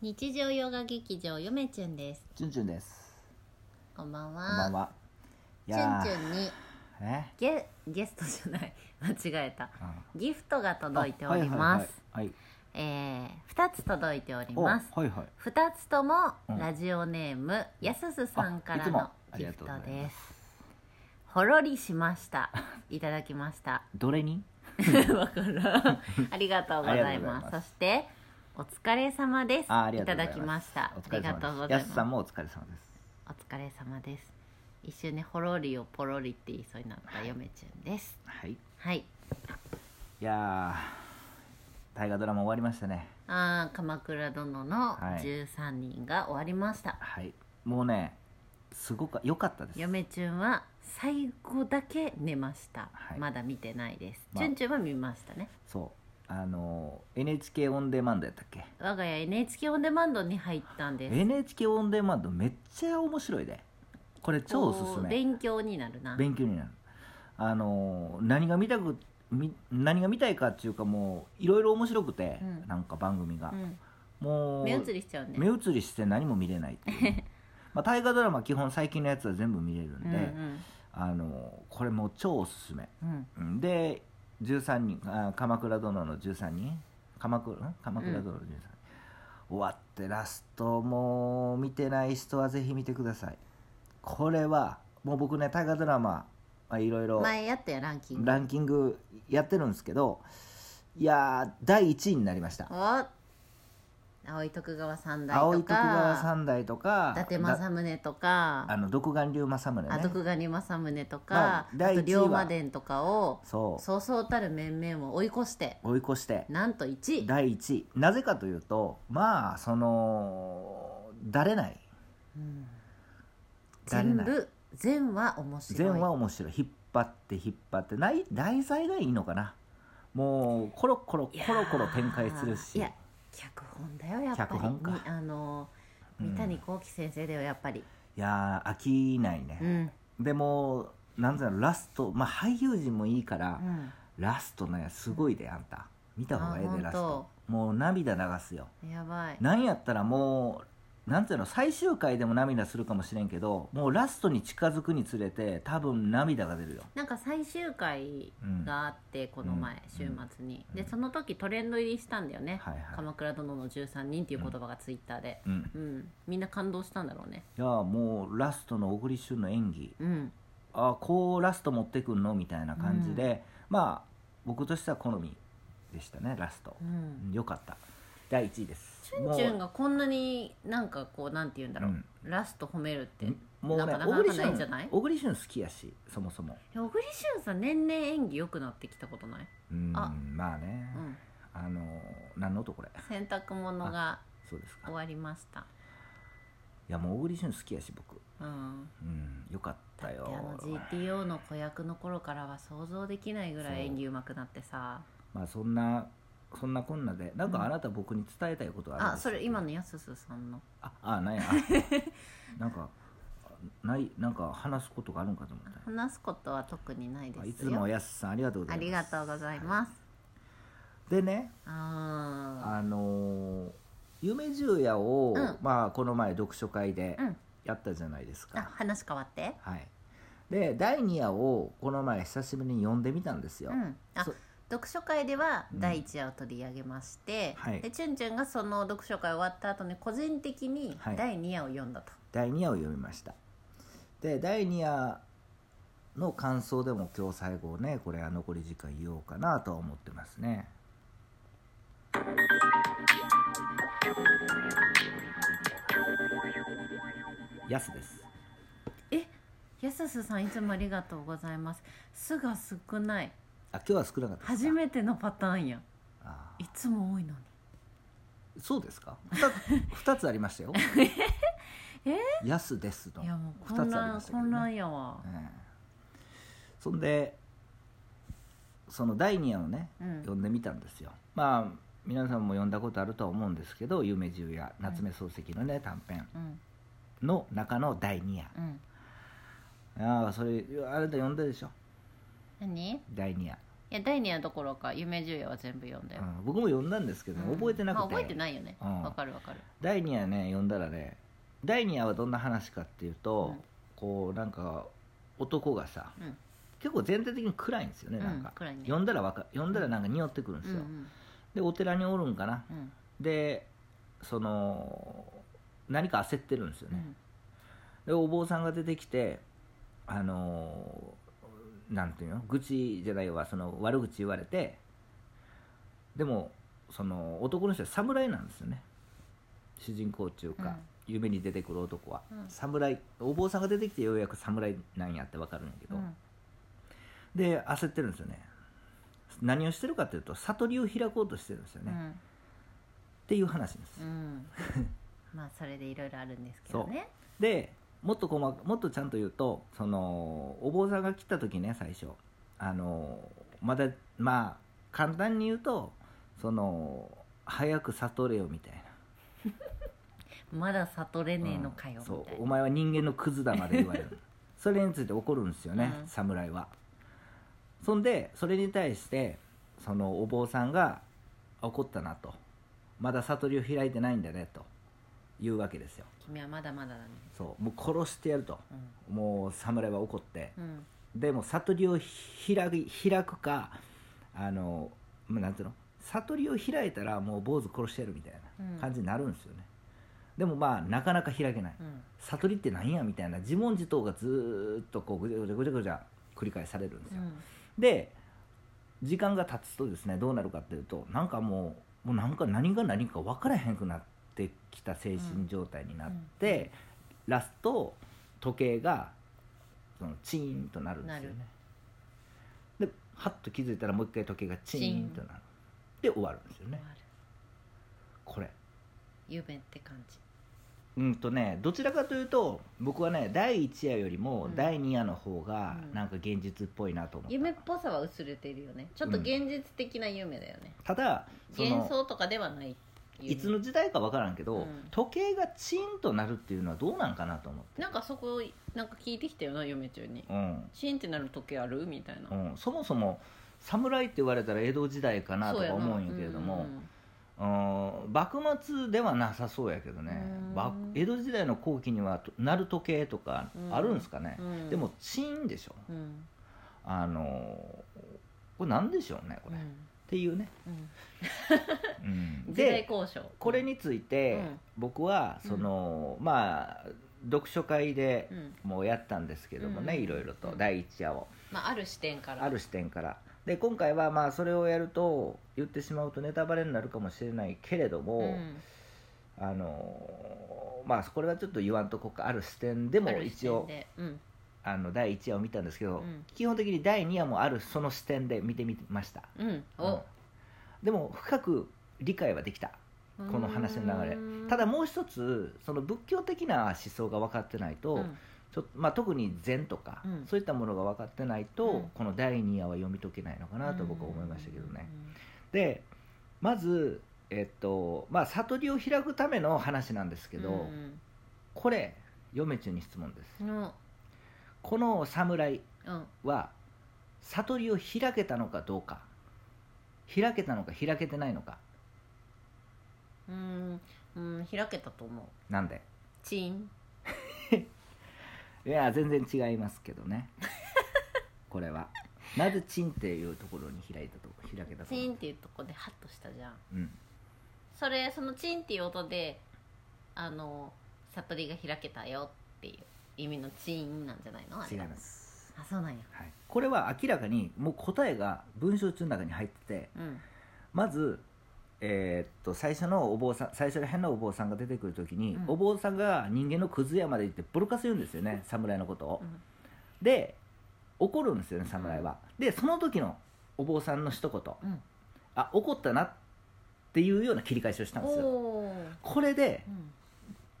日常ヨガ劇場よめちゅんですチュンチュンです。こんばんこんばはんは。いチュンやチュンにーね。ゲゲストじゃない 間違えたうんギフトが届いております、。あはいえー、2つ届いておりはいはいはい。ますおはいはい。 2つともうんラジオネーム、やすすさんかあいらつものありギがフとトうございますですほろりしましたいただきました どれに？わからんありがとうござあいりがとうございますまそすしてお疲れ様ですあありがとうございたます。だきましたおあ疲れりが様ですとうござやいますすさんもお疲れ様です。お疲れ様です一瞬ねほろりをぽろりって言いそうになったよめちゅんですはい。いはいやー、大河ドラマ終わりましたね。あー鎌倉殿のはい13人が終わりました、はい。もうね、すごく良かったです。よめちゅんは最後だけ寝ました、はいまだ見てないです、まあちゅんちゅんは見ましたねそう。あのー NHK オンデマンドやったっけ？我が家 NHK オンデマンドに入ったんです NHK オンデマンドめっちゃ面白いで。これ超おすすこうめ。勉強になるな勉強になるあのー何が見たくみ何が見たいかっていうかもういろいろ面白くて、うんなんか番組がう、ん、もう目移りしちゃうね目移りして何も見れないっていうねまあ大河ドラマ基本最近のやつは全部見れるんで、うんうんあのーこれもう超おすすめうんうんで13人あ鎌倉殿の13人鎌倉ん鎌倉殿の13人、終わってラストもう見てない人はぜひ見てくださいこれはもう僕ね大河ドラマまあいろいろ前やったやランキングランキングやってるんですけどいやー第1位になりましたお青い徳川三代青とい徳川か三代とか伊達だ政宗とかあの独眼竜政宗あね徳川に政宗とまかあ、第あ一と位は龍馬伝とかをそそうそうたる面々を追い越してう追い越してなんと1位、第1位なぜかというとまあそのだれないうんだれ全ない部全話面白い全話面白い引っ張って引っ張ってない題材がいいのかなもうコロコロいやーコロコロ展開するしいや脚本だよやっぱり脚本かみあのうん三谷幸喜先生だよやっぱりいやー飽きないねう、ん、でもなんだろうラストまあ俳優陣もいいから、ラストねすごいであんた見た方がええあでーラスほトもう涙流すようん、やばいなんやったらもうなんていうの最終回でも涙するかもしれんけどもうラストに近づくにつれて多分涙が出るよ、なんか最終回うん、があってこの前、うん週末に、うんでその時トレンド入りしたんだよね「はいはい鎌倉殿の13人」っていう言葉がツイッターで、うんうん、みんな感動したんだろうねいやもうラストの小栗旬の演技うんああこうラスト持ってくんのみたいな感じで、まあ僕としては好みでしたねラストう、んうんよかった第1位ですチュンチュンもがこんなになんかこうなんて言うんだろう、ラスト褒めるってうもうねなんかな小かな栗かないんじゃ旬ない小栗旬好きやしそもそも小栗旬さん年々演技良くなってきたことない、うんあまあね、うん、あの何の音これ洗濯物がそうですか終わりましたいやもう小栗旬好きやし僕うんうんよかっだったてあよの GTO の子役の頃からは想像できないぐらい演技上手くなってさまあそんなそんなこんなでなんかあなた僕に伝えたいことはあるあんですそよれ今のやすすさんのああ なんやあなんかないなんか話すことがあるんかと思った話すことは特にないであいすつもよやすさんありがとうござあいますりがとうございます、でねああのー夢十夜を、うんまあこの前読書会でーうんやったじゃないですあか、話変わってはいで第2夜をこの前久しぶりに読んでみたんですよ、うんあそう読書会ではうん第一夜を取り上げまして、はいでチュンチュンがその読書会終わった後に個人的にはい第二夜を読んだと、第2夜を読みましたで第2夜の感想でも今日最後ねこれは残り時間言おうかなとは思ってますねやすですやすすさんいつもありがとうございますすが少ないあ今日は少なかったですか初めてのパターンやあいつも多いのにそうですか 2, つありましたよやすですのいやもう混二つあり乱、ましたけど混ね乱やわええそんでその第2夜をねうん読んでみたんですよまあ皆さんも読んだことあるとは思うんですけど「夢十夜」夏目漱石のね短編うんの中の第2夜うんああそれあなた読んだでしょ何第2夜いや第二話どころか夢十夜は全部読んだよ、うん僕も読んだんですけど、ねうん覚えてなくて、まあ、覚えてないよねうわ、んかるわかる第2話ね読んだらね第2話はどんな話かっていうと、うんこうなんか男がさ、うん結構全体的に暗いんですよねなんうかん、暗いね読んだらわか読んだらなんか匂ってくるんでうすんうよ、んでお寺におるんかなうんでその何か焦ってるんですようね、んでお坊さんが出てきてあのーなんていうの愚痴じゃないわその悪口言われてでもその男の人は侍なんですよね主人公っていうか、うん夢に出てくる男は、うん侍お坊さんが出てきてようやく侍なんやってわかるんやけうど、んで焦ってるんですよね何をしてるかっていうと悟りを開こうとしてるんですようね、っんていう話です、うんまあそれでいろいろあるんですけどねでもっと細かもっとちゃんと言うとそのお坊さんが来た時ね最初あのまだまあ簡単に言うとその早く悟れよみたいなまだ悟れねえのかようみんたそいうおな、前は人間のクズだまで言われる それについて怒るんですよね、うん侍はそんでそれに対してそのお坊さんがあ怒ったなとまだ悟りを開いてないんだねというわけですよ君はまだまだだねそうもう殺してやるともう侍は怒って、うんうんでも悟りを開き開くかあのまあなんていうの悟りを開いたらもう坊主殺してやるみたいうんな感じになるんですよね、でもまあなかなか開けないうん悟りってなんやみたいな自問自答がずーっとこうぐちゃぐちゃぐちゃぐちゃ繰り返されるんですうよ、んで時間が経つとですねどうなるかっていうとなんかもうもうなんか何が何か分からへんくなってきた精神状態になって、ラスト時計がそのチーンとなるんですよねでハッと気づいたらもう一回時計がチーンとなるで終わるんですよ終ねわるこれ夢って感じうんとねどちらかというと僕はね第1夜よりもうん第2夜の方がうんなんか現実っぽいなと思った、夢っぽさは薄れてるよねちょっと現実的な夢だよね、ただその幻想とかではない夢いつの時代か分からんけど、うん時計がチンとなるっていうのはどうなんかなと思って、なんかそこなんか聞いてきたよな嫁中にうんシーンってなる時あるみたいな、うん、そもそも侍って言われたら江戸時代かなとそうやかな思うんやけれどもうんうん幕末ではなさそうやけどねうんば江戸時代の後期にはとなる時計とかあるんですかね、うんでもチンでしょうんあのーこれなんでしょうねこうれ、っんていうね、うん うん時代交渉これについて、うん僕はその、まあ読書会でうんもうやったんですけどもね、うんいろいろと、うん第一夜をまあある視点からある視点からで今回はまあそれをやると言ってしまうとネタバレになるかもしれないけれども、うんあのーまあこれはちょっと言わんとこかある視点でもある視一点応でうんあの第1話を見たんですけど、うん基本的に第2話もあるその視点で見てみました、うんうんお、でも深く理解はできたこの話の流れただももう一つその仏教的な思想が分かってないと、うんちょっとまあ、特に禅とか、うんそういったものが分かってないと、うんこの第2話は読み解けないのかなと僕は思いましたけどね。うんでまず、えっとまあ、悟りを開くための話なんですけど、うんこれ嫁中に質問です。のこの侍うんは悟りを開けたのかどうか開けたのか開けてないのかうんうん開けたと思うなんでチーンいや全然違いますけど ねこれはなぜチンっていうところに開いたと開けたとチ思ーンうっていうとこでハッとしたじゃんうんそれそのチンっていう音であの悟りが開けたよっていう意味のチンなんじゃないのあ違れいます、あそうなんやはい、これは明らかにもう答えが文章中の中に入っててうんまずえーっと最初のお坊さん最初の変なお坊さんが出てくる時に、うんお坊さんが人間のクズ屋まで行ってボロカス言うんですよね侍のことを、うんで怒るんですよね侍は、でその時のお坊さんの一言うんあ怒ったなっていうような切り返しをしたんですよおーこれでうん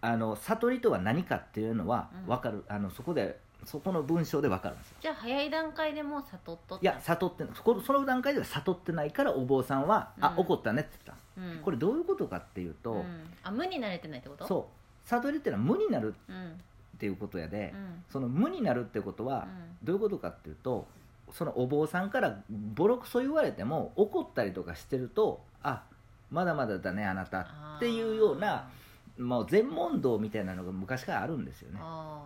あの悟りとは何かっていうのはうん分かる、あのそこでそこの文章で分かるんですよじゃあ早い段階でもう悟っとったいや悟ってそこその段階では悟ってないからお坊さんは「あうん怒ったね」って言った、うんこれどういうことかっていううと、んあ無になれてないってことそう悟りっていうのは無になるうんっていうことやで、うんその無になるってことはうんどういうことかっていうとそのお坊さんからボロクソ言われても怒ったりとかしてるとあまだまだだねあなたっていうようなもう全問答みたいなのが昔からあるんですよねあ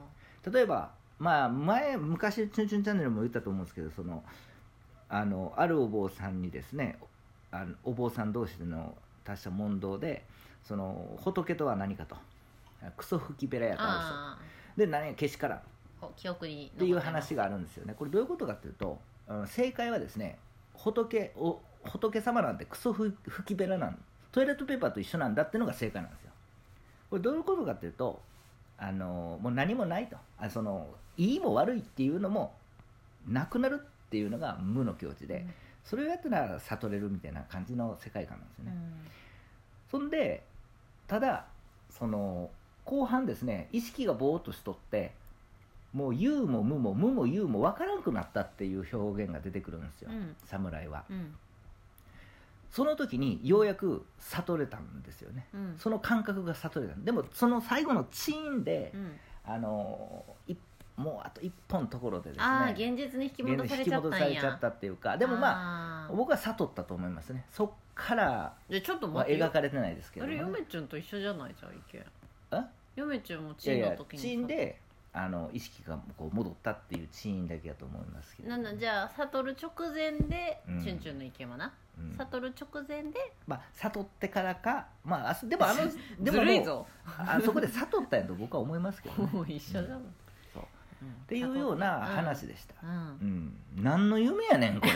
例えばまあ前昔「チュンチュンチャンネル」も言ったと思うんですけどそのあのあるお坊さんにですねあのお坊さん同士での達した問答でその仏とは何かとクソ吹きべらやーとあある人で何やけしからんーこう記憶にってい残うってます話があるんですよねこれどういうことかっていうとうん正解はですね仏を仏様なんてクソ吹きべらなんトイレットペーパーと一緒なんだっていうのが正解なんですよこれどういうことかっていうとあのもう何もないとあそのいいも悪いっていうのもなくなるっていうのが無の境地でそれをやったら悟れるみたいな感じの世界観なんですようね、んそんでただその後半ですね意識がぼーっとしとってもう有も無も無も有も分からんくなったっていう表現が出てくるんですよ、うん侍はうんその時にようやく悟れたんですよねうんうんその感覚が悟れたでもその最後のチーンで、うんあのいもうあと一本のところでですねああ現実に引き戻されちゃった現ん実に引き戻されちゃやったっていうかでもまああー僕は悟ったと思いますねそっからでちょっとは待って描よかれてないですけあどもれね、嫁ちゃんと一緒じゃないじゃん意見え嫁ちゃんもいやチいンのや時にチーンであの意識がこう戻ったっていうチーンだけだと思いますけどなんだじゃあ悟る直前で、うんチュンチュンの意見はな、うん悟る直前でまあ、悟ってからかまああそでもあので もずるいもうぞあそこで悟ったんやと僕は思いますけど、ね、もう一緒だもん、そうっんっていうような話でしたう、んうん何の夢やね んこれ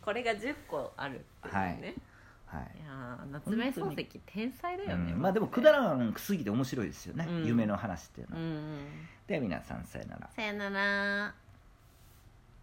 これが10個あるっていうね、はいい、はい、やー夏目漱石天才だよね、うんまあでもくだらんすぎて面白いですよね、うん夢の話っていううのんは、うんでは皆さんさよならさよなら